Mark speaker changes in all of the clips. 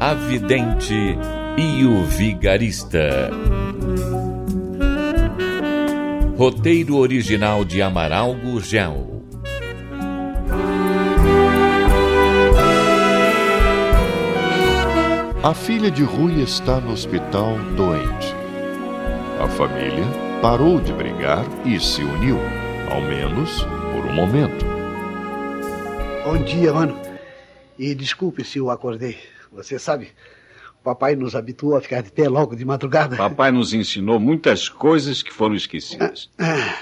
Speaker 1: A Vidente e o Vigarista. Roteiro original de Amaral Gurgel.
Speaker 2: A filha de Rui está no hospital doente. A família parou de brigar e se uniu, ao menos por um momento.
Speaker 3: Bom dia, mano. E desculpe se eu acordei. Você sabe, o papai nos habituou a ficar de pé logo de madrugada.
Speaker 4: Papai nos ensinou muitas coisas que foram esquecidas.
Speaker 3: Ah,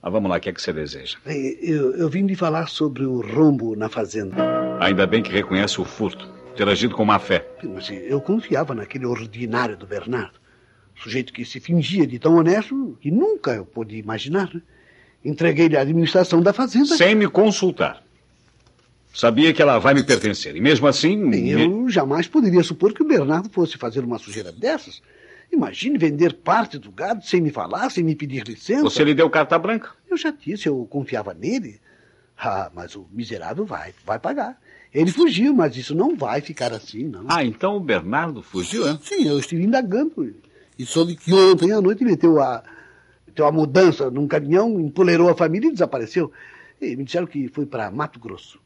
Speaker 4: Mas vamos lá, o que é que você deseja?
Speaker 3: bem, eu, eu vim lhe falar sobre o rombo na fazenda.
Speaker 4: Ainda bem que reconhece o furto, ter agido com má fé.
Speaker 3: Mas eu confiava naquele ordinário do Bernardo. Sujeito que se fingia de tão honesto que nunca eu pude imaginar. né? Entreguei-lhe a administração da fazenda.
Speaker 4: Sem me consultar. Sabia que ela vai me pertencer. E mesmo assim.
Speaker 3: Bem,
Speaker 4: me-
Speaker 3: eu jamais poderia supor que o Bernardo fosse fazer uma sujeira dessas. Imagine vender parte do gado sem me falar, sem me pedir licença.
Speaker 4: Você lhe deu carta branca.
Speaker 3: Eu já disse, eu confiava nele. Ah, mas o miserável vai, vai pagar. Ele fugiu, mas isso não vai ficar assim, não.
Speaker 4: Ah, então o Bernardo fugiu, é?
Speaker 3: Sim, eu estive indagando. E soube que ontem à noite meteu a, meteu a mudança num caminhão, empoleirou a família e desapareceu. E me disseram que foi para Mato Grosso.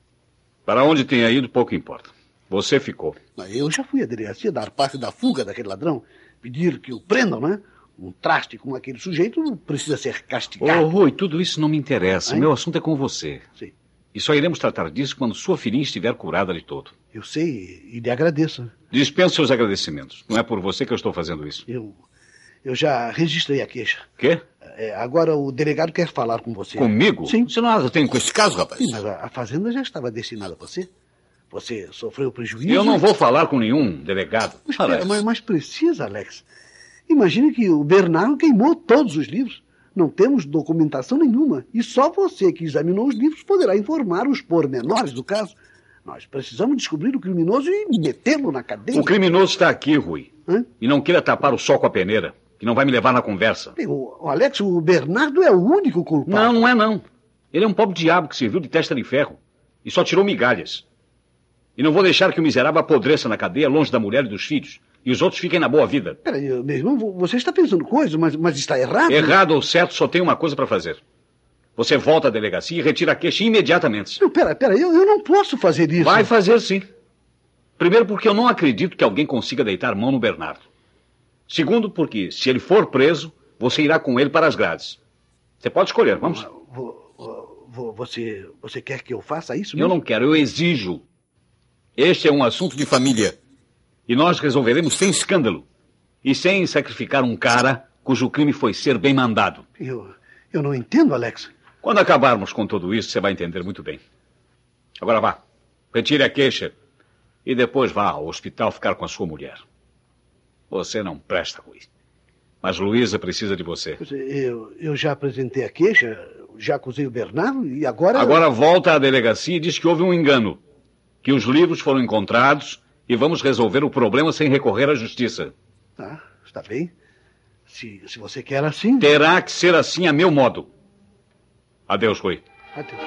Speaker 4: Para onde tenha ido, pouco importa. Você ficou.
Speaker 3: Mas Eu já fui à delegacia dar parte da fuga daquele ladrão, pedir que o prendam, né? Um traste com aquele sujeito não precisa ser
Speaker 4: Ô,
Speaker 3: castigado.
Speaker 4: Rui, tudo isso não me interessa.
Speaker 3: Hein?
Speaker 4: Meu assunto é com você.
Speaker 3: Sim.
Speaker 4: E só iremos tratar disso quando sua filhinha estiver curada de todo.
Speaker 3: Eu sei e lhe agradeço.
Speaker 4: Dispenso seus agradecimentos. Não é por você que eu estou fazendo isso.
Speaker 3: Eu, eu já registrei a queixa.
Speaker 4: Quê?
Speaker 3: É, agora o delegado quer falar com você.
Speaker 4: Comigo?
Speaker 3: Sim.
Speaker 4: Você não tem com esse caso, rapaz.
Speaker 3: Sim, mas a, a fazenda já estava destinada a você. Você sofreu prejuízo.
Speaker 4: Eu não vou falar com nenhum delegado.
Speaker 3: Mas,
Speaker 4: Olha,
Speaker 3: pera, mas, mas precisa, Alex. Imagine que o Bernardo queimou todos os livros. Não temos documentação nenhuma. E só você que examinou os livros poderá informar os pormenores do caso. Nós precisamos descobrir o criminoso e metê-lo na cadeia.
Speaker 4: O criminoso está aqui, Rui.
Speaker 3: Hã?
Speaker 4: E não queira tapar o sol com a peneira, que não vai me levar na conversa.
Speaker 3: Bem, O, o Alex, o Bernardo é o único
Speaker 4: Não,
Speaker 3: culpado.
Speaker 4: não é não. Ele é um pobre diabo que serviu de testa de ferro e só tirou migalhas. E não vou deixar que o miserável apodreça na cadeia, longe da mulher e dos filhos, e os outros fiquem na boa vida.
Speaker 3: Peraí, meu irmão, vo- você está pensando coisa, mas, mas está errado.
Speaker 4: Errado ou certo, só tem uma coisa para fazer. Você volta à delegacia e retira a queixa imediatamente.
Speaker 3: Não, pera, pera, eu, eu não posso fazer isso.
Speaker 4: Vai fazer sim. Primeiro, porque eu não acredito que alguém consiga deitar mão no Bernardo. Segundo, porque se ele for preso, você irá com ele para as grades. Você pode escolher, vamos.
Speaker 3: Vo- vo- vo- Você, você quer que eu faça isso?
Speaker 4: Eu
Speaker 3: mesmo?
Speaker 4: não quero, eu exijo. Este é um assunto de família. E nós resolveremos sem escândalo. E sem sacrificar um cara cujo crime foi ser bem mandado.
Speaker 3: Eu, eu não entendo, Alex.
Speaker 4: Quando acabarmos com tudo isso, você vai entender muito bem. Agora vá, retire a queixa e depois vá ao hospital ficar com a sua mulher. Você não presta, Rui. Mas Luísa precisa de você.
Speaker 3: Eu, eu já apresentei a queixa, já acusei o Bernardo e agora.
Speaker 4: Agora volta à delegacia e diz que houve um engano, que os livros foram encontrados e vamos resolver o problema sem recorrer à justiça.
Speaker 3: Tá, está bem. Se, se você quer assim.
Speaker 4: Terá que ser assim a meu modo. Adeus, Rui.
Speaker 3: Adeus.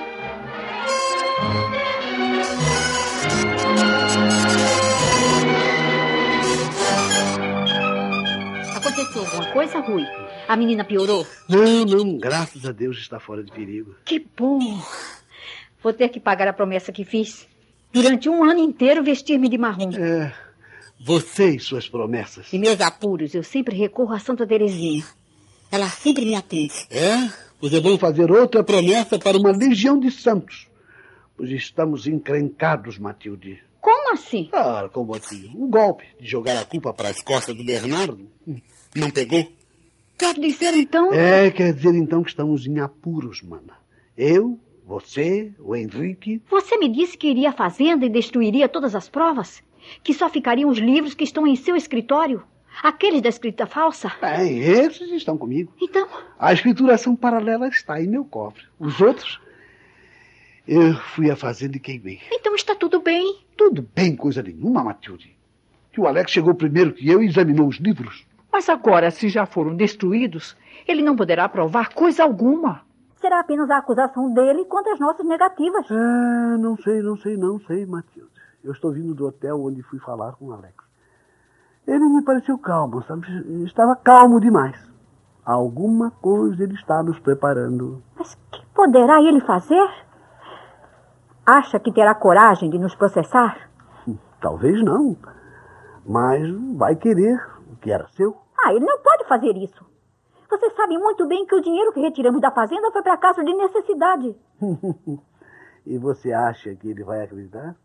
Speaker 5: Aconteceu alguma coisa, Rui? A menina piorou?
Speaker 3: Não, não, graças a Deus está fora de perigo.
Speaker 5: Que bom! Vou ter que pagar a promessa que fiz. Durante um ano inteiro vestir-me de marrom.
Speaker 3: É. Você e suas promessas.
Speaker 5: E meus apuros, eu sempre recorro a Santa Terezinha. Ela sempre me atende.
Speaker 3: É? Você vão fazer outra promessa para uma legião de santos. Pois estamos encrencados, Matilde.
Speaker 5: Como assim?
Speaker 3: Claro, como assim? Um golpe de jogar a culpa para as costas do Bernardo.
Speaker 6: Não pegou?
Speaker 5: Quer dizer, então?
Speaker 3: É, quer dizer então que estamos em apuros, mana. Eu, você, o Henrique.
Speaker 5: Você me disse que iria à fazenda e destruiria todas as provas?
Speaker 7: que só ficariam os livros que estão em seu escritório? Aqueles da escrita falsa?
Speaker 3: Bem, esses estão comigo.
Speaker 7: Então,
Speaker 3: A escrituração paralela está em meu cofre. Os outros, eu fui à fazenda e queimei.
Speaker 7: então está tudo bem.
Speaker 3: Tudo bem, coisa nenhuma, Matilde. Que o Alex chegou primeiro que eu e examinou os livros.
Speaker 6: Mas agora, se já foram destruídos, ele não poderá provar coisa alguma.
Speaker 8: Será apenas a acusação dele contra as nossas negativas.
Speaker 3: Ah, não sei, não sei, não sei, Matilde. Eu estou vindo do hotel onde fui falar com o Alex. Ele me pareceu calmo, sabe? Estava calmo demais. Alguma coisa ele está nos preparando.
Speaker 8: Mas que poderá ele fazer? Acha que terá coragem de nos processar?
Speaker 3: Talvez não, mas vai querer o que era seu.
Speaker 8: Ah, ele não pode fazer isso. Você sabe muito bem que o dinheiro que retiramos da fazenda foi para caso de necessidade.
Speaker 3: E você acha que ele vai acreditar?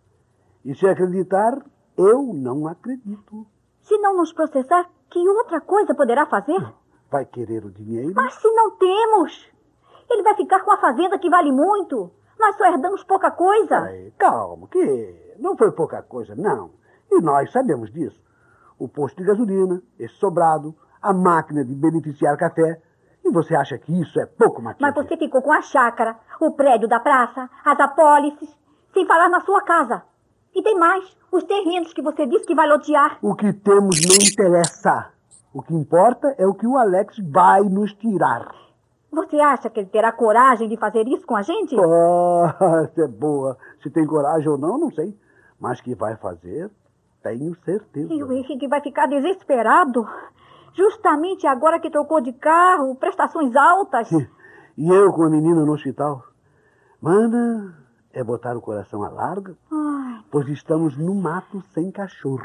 Speaker 3: E se acreditar, eu não acredito.
Speaker 8: Se não nos processar, que outra coisa poderá fazer?
Speaker 3: Vai querer o dinheiro?
Speaker 8: Mas se não temos, ele vai ficar com a fazenda que vale muito. Nós só herdamos pouca coisa.
Speaker 3: Ai, calma, que não foi pouca coisa, não. E nós sabemos disso. O posto de gasolina, esse sobrado, a máquina de beneficiar café. E você acha que isso é pouco, Matilde?
Speaker 8: Mas você ficou com a chácara, o prédio da praça, as apólices, sem falar na sua casa. E tem mais, os terrenos que você disse que vai lotear.
Speaker 3: O que temos não interessa. O que importa é o que o Alex vai nos tirar.
Speaker 8: Você acha que ele terá coragem de fazer isso com a gente?
Speaker 3: Ah, essa é boa. Se tem coragem ou não, não sei. Mas que vai fazer, tenho certeza.
Speaker 8: E o Henrique vai ficar desesperado. Justamente agora que trocou de carro, prestações altas.
Speaker 3: E eu com a menina no hospital. Mana, é botar o coração à larga,
Speaker 8: Ai,
Speaker 3: pois estamos no mato sem cachorro.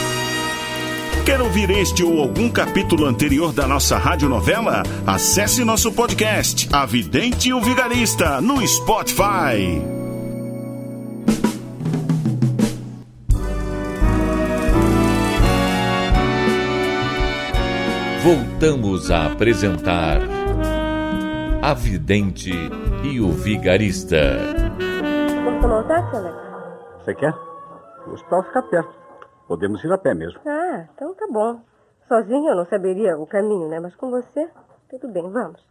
Speaker 9: Quer ouvir este ou algum capítulo anterior da nossa radionovela? Acesse nosso podcast, A Vidente e o Vigarista, no Spotify.
Speaker 1: Voltamos a apresentar A Vidente e o Vigarista.
Speaker 8: vamos tomar um táxi, Alex?
Speaker 4: Você quer? O hospital fica perto. Podemos ir a pé mesmo.
Speaker 8: Ah, então tá bom. Sozinha eu não saberia o caminho, né? Mas com você, tudo bem, vamos.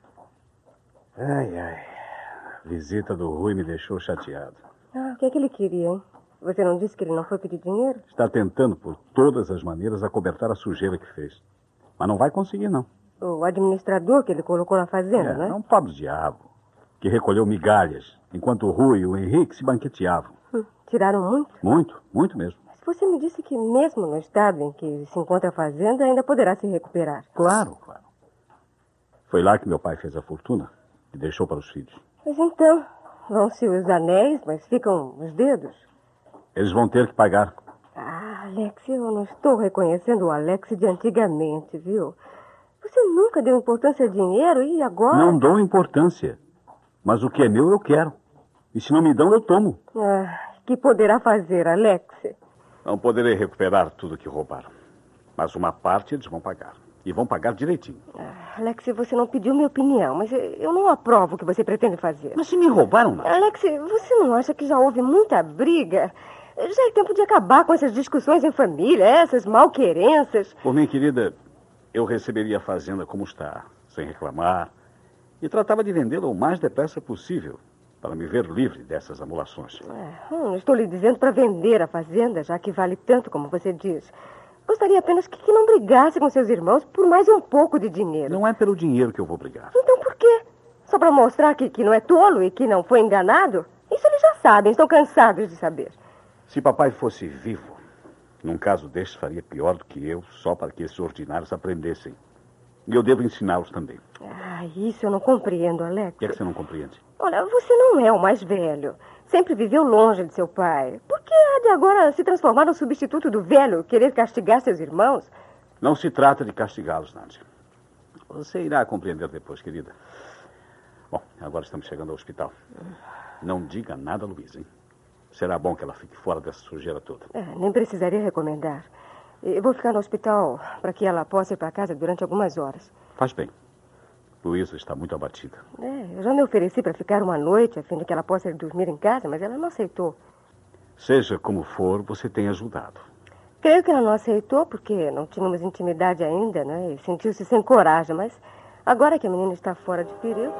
Speaker 4: Ai, ai. A visita do Rui me deixou chateado.
Speaker 8: Ah, o que é que ele queria, hein? Você não disse que ele não foi pedir dinheiro?
Speaker 4: Está tentando, por todas as maneiras, acobertar a sujeira que fez. Mas não vai conseguir, não.
Speaker 8: O administrador que ele colocou na fazenda,
Speaker 4: É,
Speaker 8: né?
Speaker 4: é um pobre diabo que recolheu migalhas, enquanto o Rui e o Henrique se banqueteavam.
Speaker 8: Hum, Tiraram muito?
Speaker 4: Muito, muito mesmo.
Speaker 8: Mas você me disse que mesmo no estado em que se encontra a fazenda, ainda poderá se recuperar.
Speaker 4: Claro, claro. Foi lá que meu pai fez a fortuna e deixou para os filhos.
Speaker 8: Mas então, vão-se os anéis, mas ficam os dedos?
Speaker 4: Eles vão ter que pagar.
Speaker 8: Ah, Alex, eu não estou reconhecendo o Alex de antigamente, viu? Você nunca deu importância a dinheiro e agora...
Speaker 4: Não dou importância. Mas o que é meu, eu quero. E se não me dão, eu tomo.
Speaker 8: Ah, que poderá fazer, Alex?
Speaker 4: Não poderei recuperar tudo que roubaram. Mas uma parte eles vão pagar. E vão pagar direitinho.
Speaker 8: Ah, Alex, você não pediu minha opinião, mas eh, eu não aprovo o que você pretende fazer.
Speaker 4: Mas se me roubaram, não.
Speaker 8: Alex, você não acha que já houve muita briga? Já é tempo de acabar com essas discussões em família, essas malquerenças.
Speaker 4: Por minha querida, eu receberia a fazenda como está, sem reclamar. E tratava de vendê-la o mais depressa possível, para me ver livre dessas amulações.
Speaker 8: Ah, Não estou lhe dizendo para vender a fazenda, já que vale tanto como você diz. Gostaria apenas que, que não brigasse com seus irmãos por mais um pouco de dinheiro.
Speaker 4: Não é pelo dinheiro que eu vou brigar.
Speaker 8: Então por quê? Só para mostrar que, que não é tolo e que não foi enganado? Isso eles já sabem, estão cansados de saber.
Speaker 4: Se papai fosse vivo, num caso deste faria pior do que eu, só para que esses ordinários aprendessem. E eu devo ensiná-los também. O
Speaker 8: Ah, isso eu não compreendo, Alex.
Speaker 4: que é que você não compreende?
Speaker 8: Olha, você não é o mais velho. Sempre viveu longe de seu pai. Por que há de agora se transformar no substituto do velho, querer castigar seus irmãos?
Speaker 4: Não se trata de castigá-los, Nádia. Você irá compreender depois, querida. Bom, agora estamos chegando ao hospital. Não diga nada a Luísa, hein? Será bom que ela fique fora dessa sujeira toda.
Speaker 10: É, nem precisaria recomendar. Eu vou ficar no hospital para que ela possa ir para casa durante algumas horas.
Speaker 4: Faz bem. Luísa está muito abatida.
Speaker 10: É, eu já me ofereci para ficar uma noite, a fim de que ela possa dormir em casa, mas ela não aceitou.
Speaker 4: Seja como for, você tem ajudado.
Speaker 10: Creio que ela não aceitou porque não tínhamos intimidade ainda, né? E sentiu-se sem coragem, mas agora que a menina está fora de perigo.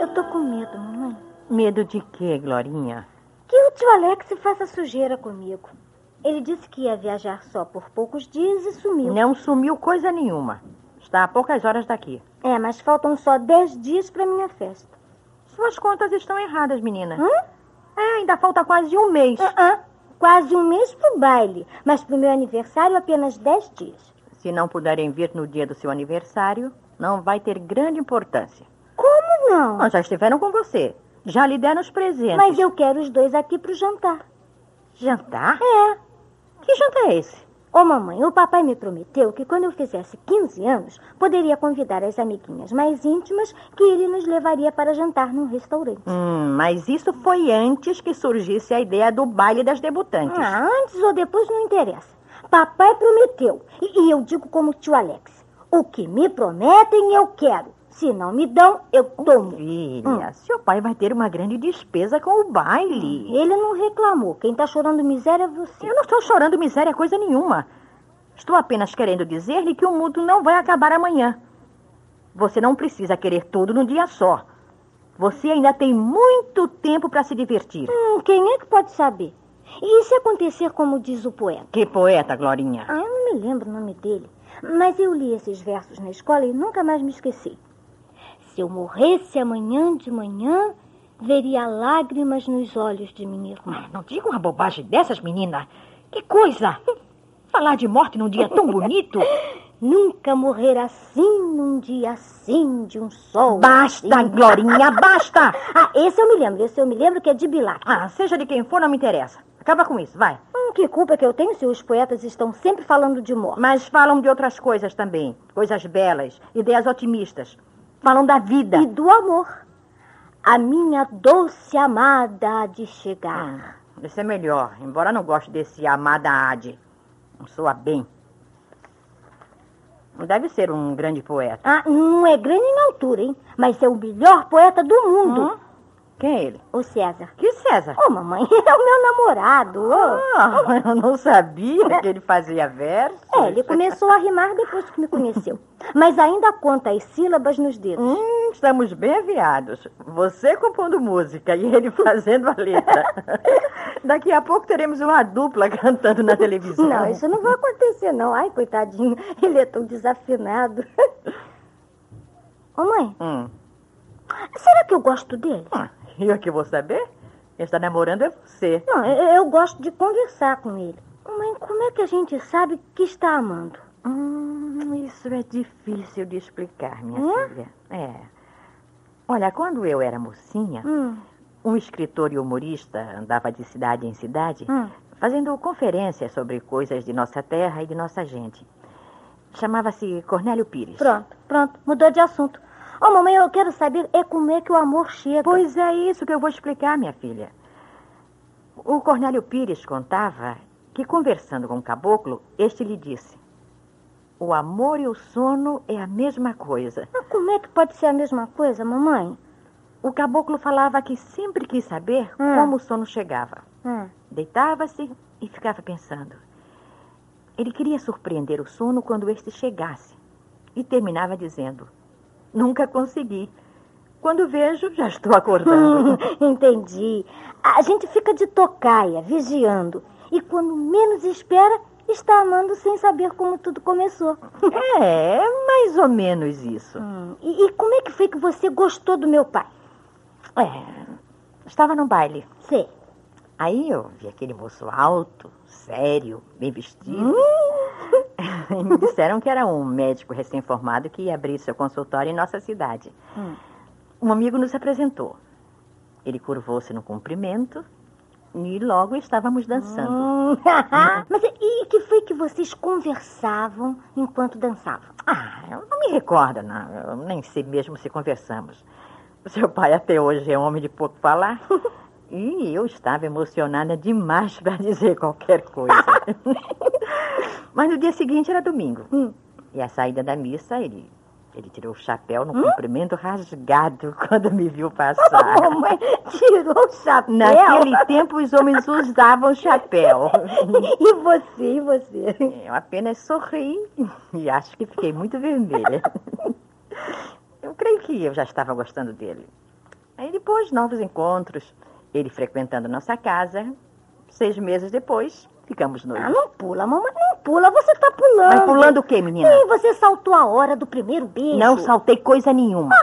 Speaker 11: Eu tô com medo, mamãe.
Speaker 8: Medo de quê, Glorinha?
Speaker 11: Que o tio Alex faça sujeira comigo. Ele disse que ia viajar só por poucos dias e sumiu.
Speaker 8: Não sumiu coisa nenhuma. Está a poucas horas daqui.
Speaker 11: É, mas faltam só dez dias para minha festa.
Speaker 8: Suas contas estão erradas, menina.
Speaker 11: Hã?
Speaker 8: É, ainda falta quase um mês.
Speaker 11: Hã? Quase um mês pro baile, mas pro meu aniversário apenas dez dias.
Speaker 8: Se não puderem vir no dia do seu aniversário, não vai ter grande importância.
Speaker 11: Como não?
Speaker 8: Bom, já estiveram com você. Já lhe deram os presentes.
Speaker 11: Mas eu quero os dois aqui pro jantar.
Speaker 8: Jantar?
Speaker 11: É.
Speaker 8: Que jantar é esse?
Speaker 11: Ô mamãe, o papai me prometeu que quando eu fizesse 15 anos, poderia convidar as amiguinhas mais íntimas que ele nos levaria para jantar num restaurante.
Speaker 8: Hum, mas isso foi antes que surgisse a ideia do baile das debutantes.
Speaker 11: Ah, antes ou depois não interessa. Papai prometeu. E, e eu digo como tio Alex: o que me prometem, eu quero. Se não me dão, eu tomo.
Speaker 8: Filha, seu pai vai ter uma grande despesa com o baile.
Speaker 11: Ele não reclamou. Quem tá chorando miséria é você.
Speaker 8: Eu não estou chorando miséria coisa nenhuma. Estou apenas querendo dizer-lhe que o mundo não vai acabar amanhã. Você não precisa querer tudo num dia só. Você ainda tem muito tempo para se divertir.
Speaker 11: Hum, quem é que pode saber? E se acontecer como diz o poeta?
Speaker 8: Que poeta, Glorinha.
Speaker 11: Ah, eu não me lembro o nome dele. Mas eu li esses versos na escola e nunca mais me esqueci. Se eu morresse amanhã de manhã, veria lágrimas nos olhos de minha irmã.
Speaker 8: Ah, Não diga uma bobagem dessas, menina. Que coisa! Falar de morte num dia tão bonito.
Speaker 11: Nunca morrer assim num dia assim de um sol.
Speaker 8: Basta,
Speaker 11: assim.
Speaker 8: Glorinha, basta!
Speaker 11: Ah, esse eu me lembro, esse eu me lembro que é de Bilac.
Speaker 8: Ah, seja de quem for, não me interessa. Acaba com isso, vai.
Speaker 11: Hum, que culpa que eu tenho se os poetas estão sempre falando de morte.
Speaker 8: Mas falam de outras coisas também. Coisas belas, ideias otimistas. Falam da vida.
Speaker 11: E do amor. A minha doce amada há de chegar.
Speaker 8: Ah, Isso é melhor, embora não goste desse amada Ade. Não soa bem. Não deve ser um grande poeta.
Speaker 11: Ah, não é grande em altura, hein? Mas é o melhor poeta do mundo.
Speaker 8: Hum? Quem é ele?
Speaker 11: O César.
Speaker 8: Que César?
Speaker 11: Ô, mamãe, é o meu namorado. ô.
Speaker 8: Ah, eu não sabia que ele fazia versos.
Speaker 11: É, ele começou a rimar depois que me conheceu. Mas ainda conta as sílabas nos dedos.
Speaker 8: Hum, estamos bem aviados. Você compondo música e ele fazendo a letra. Daqui a pouco teremos uma dupla cantando na televisão.
Speaker 11: Não, isso não vai acontecer, não. Ai, coitadinho, ele é tão desafinado. Ô, mãe,
Speaker 8: Hum.
Speaker 11: será que eu gosto dele?
Speaker 8: Ah, E eu que vou saber? Quem está namorando é você.
Speaker 11: Não, eu, eu gosto de conversar com ele. Mãe, como é que a gente sabe que está amando?
Speaker 8: Hum, isso é difícil de explicar, minha
Speaker 11: É?
Speaker 8: filha. É. Olha, quando eu era mocinha,
Speaker 11: Hum,
Speaker 8: um escritor e humorista andava de cidade em cidade
Speaker 11: hum.
Speaker 8: fazendo conferências sobre coisas de nossa terra e de nossa gente. Chamava-se Cornélio Pires.
Speaker 11: Pronto, pronto, mudou de assunto. Ô, mamãe, eu quero saber é como é que o amor chega.
Speaker 8: Pois é isso que eu vou explicar, minha filha. O Cornélio Pires contava que, conversando com o caboclo, este lhe disse: O amor e o sono é a mesma coisa.
Speaker 11: Mas como é que pode ser a mesma coisa, mamãe?
Speaker 8: O caboclo falava que sempre quis saber
Speaker 11: Hum.
Speaker 8: como o sono chegava.
Speaker 11: Hum.
Speaker 8: Deitava-se e ficava pensando. Ele queria surpreender o sono quando este chegasse. E terminava dizendo: Nunca consegui. Quando vejo, já estou acordando.
Speaker 11: Hum, entendi. A gente fica de tocaia, vigiando. E quando menos espera, está amando sem saber como tudo começou.
Speaker 8: É, mais ou menos isso.
Speaker 11: Hum, E, e como é que foi que você gostou do meu pai?
Speaker 8: É, estava num baile.
Speaker 11: Sei.
Speaker 8: Aí eu vi aquele moço alto, sério, bem vestido. E Me disseram que era um médico recém-formado que ia abrir seu consultório em nossa cidade. Um amigo nos apresentou. Ele curvou-se no cumprimento e logo estávamos dançando.
Speaker 11: Hum. Mas e o que foi que vocês conversavam enquanto dançavam?
Speaker 8: Ah, eu não me recordo, não. Eu nem sei mesmo se conversamos. Seu pai até hoje é homem de pouco falar. E eu estava emocionada demais para dizer qualquer coisa. Mas no dia seguinte era domingo.
Speaker 11: Hum.
Speaker 8: E a saída da missa, ele, ele tirou o chapéu
Speaker 11: Hum?
Speaker 8: no cumprimento rasgado quando me viu passar.
Speaker 11: Mamãe é tirou o chapéu.
Speaker 8: Naquele tempo os homens usavam chapéu.
Speaker 11: E você, e você?
Speaker 8: Eu apenas sorri e acho que fiquei muito vermelha. Eu creio que eu já estava gostando dele. Aí depois, novos encontros, ele frequentando nossa casa. Seis meses depois, ficamos noivos.
Speaker 11: Ah, não pula, mamãe, não pula. Você tá pulando.
Speaker 8: Mas pulando o quê, menina?
Speaker 11: Sim, você saltou a hora do primeiro beijo.
Speaker 8: Não saltei coisa nenhuma.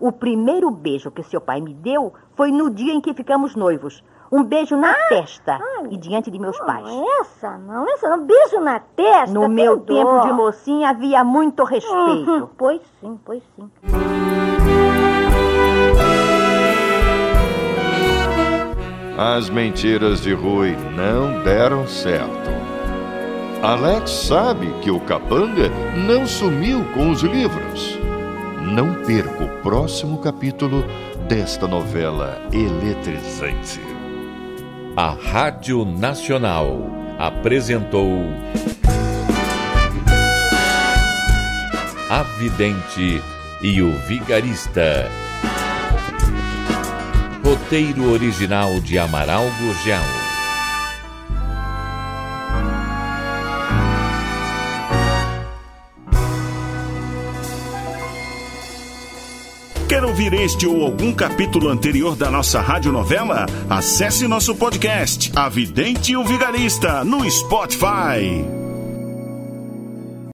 Speaker 8: O primeiro beijo que seu pai me deu foi no dia em que ficamos noivos. Um beijo na testa e diante de meus pais.
Speaker 11: Não, essa não, essa não. Beijo na testa.
Speaker 8: No meu
Speaker 11: tudo.
Speaker 8: tempo de mocinha havia muito respeito.
Speaker 11: Uhum, Pois sim, pois sim.
Speaker 2: As mentiras de Rui não deram certo. Alex sabe que o capanga não sumiu com os livros. Não perca o próximo capítulo desta novela eletrizante.
Speaker 1: A Rádio Nacional apresentou A Vidente e o Vigarista. Roteiro original de Amaral Gurgel.
Speaker 9: Quer ouvir este ou algum capítulo anterior da nossa radionovela? Acesse nosso podcast, A Vidente e o Vigarista, no Spotify.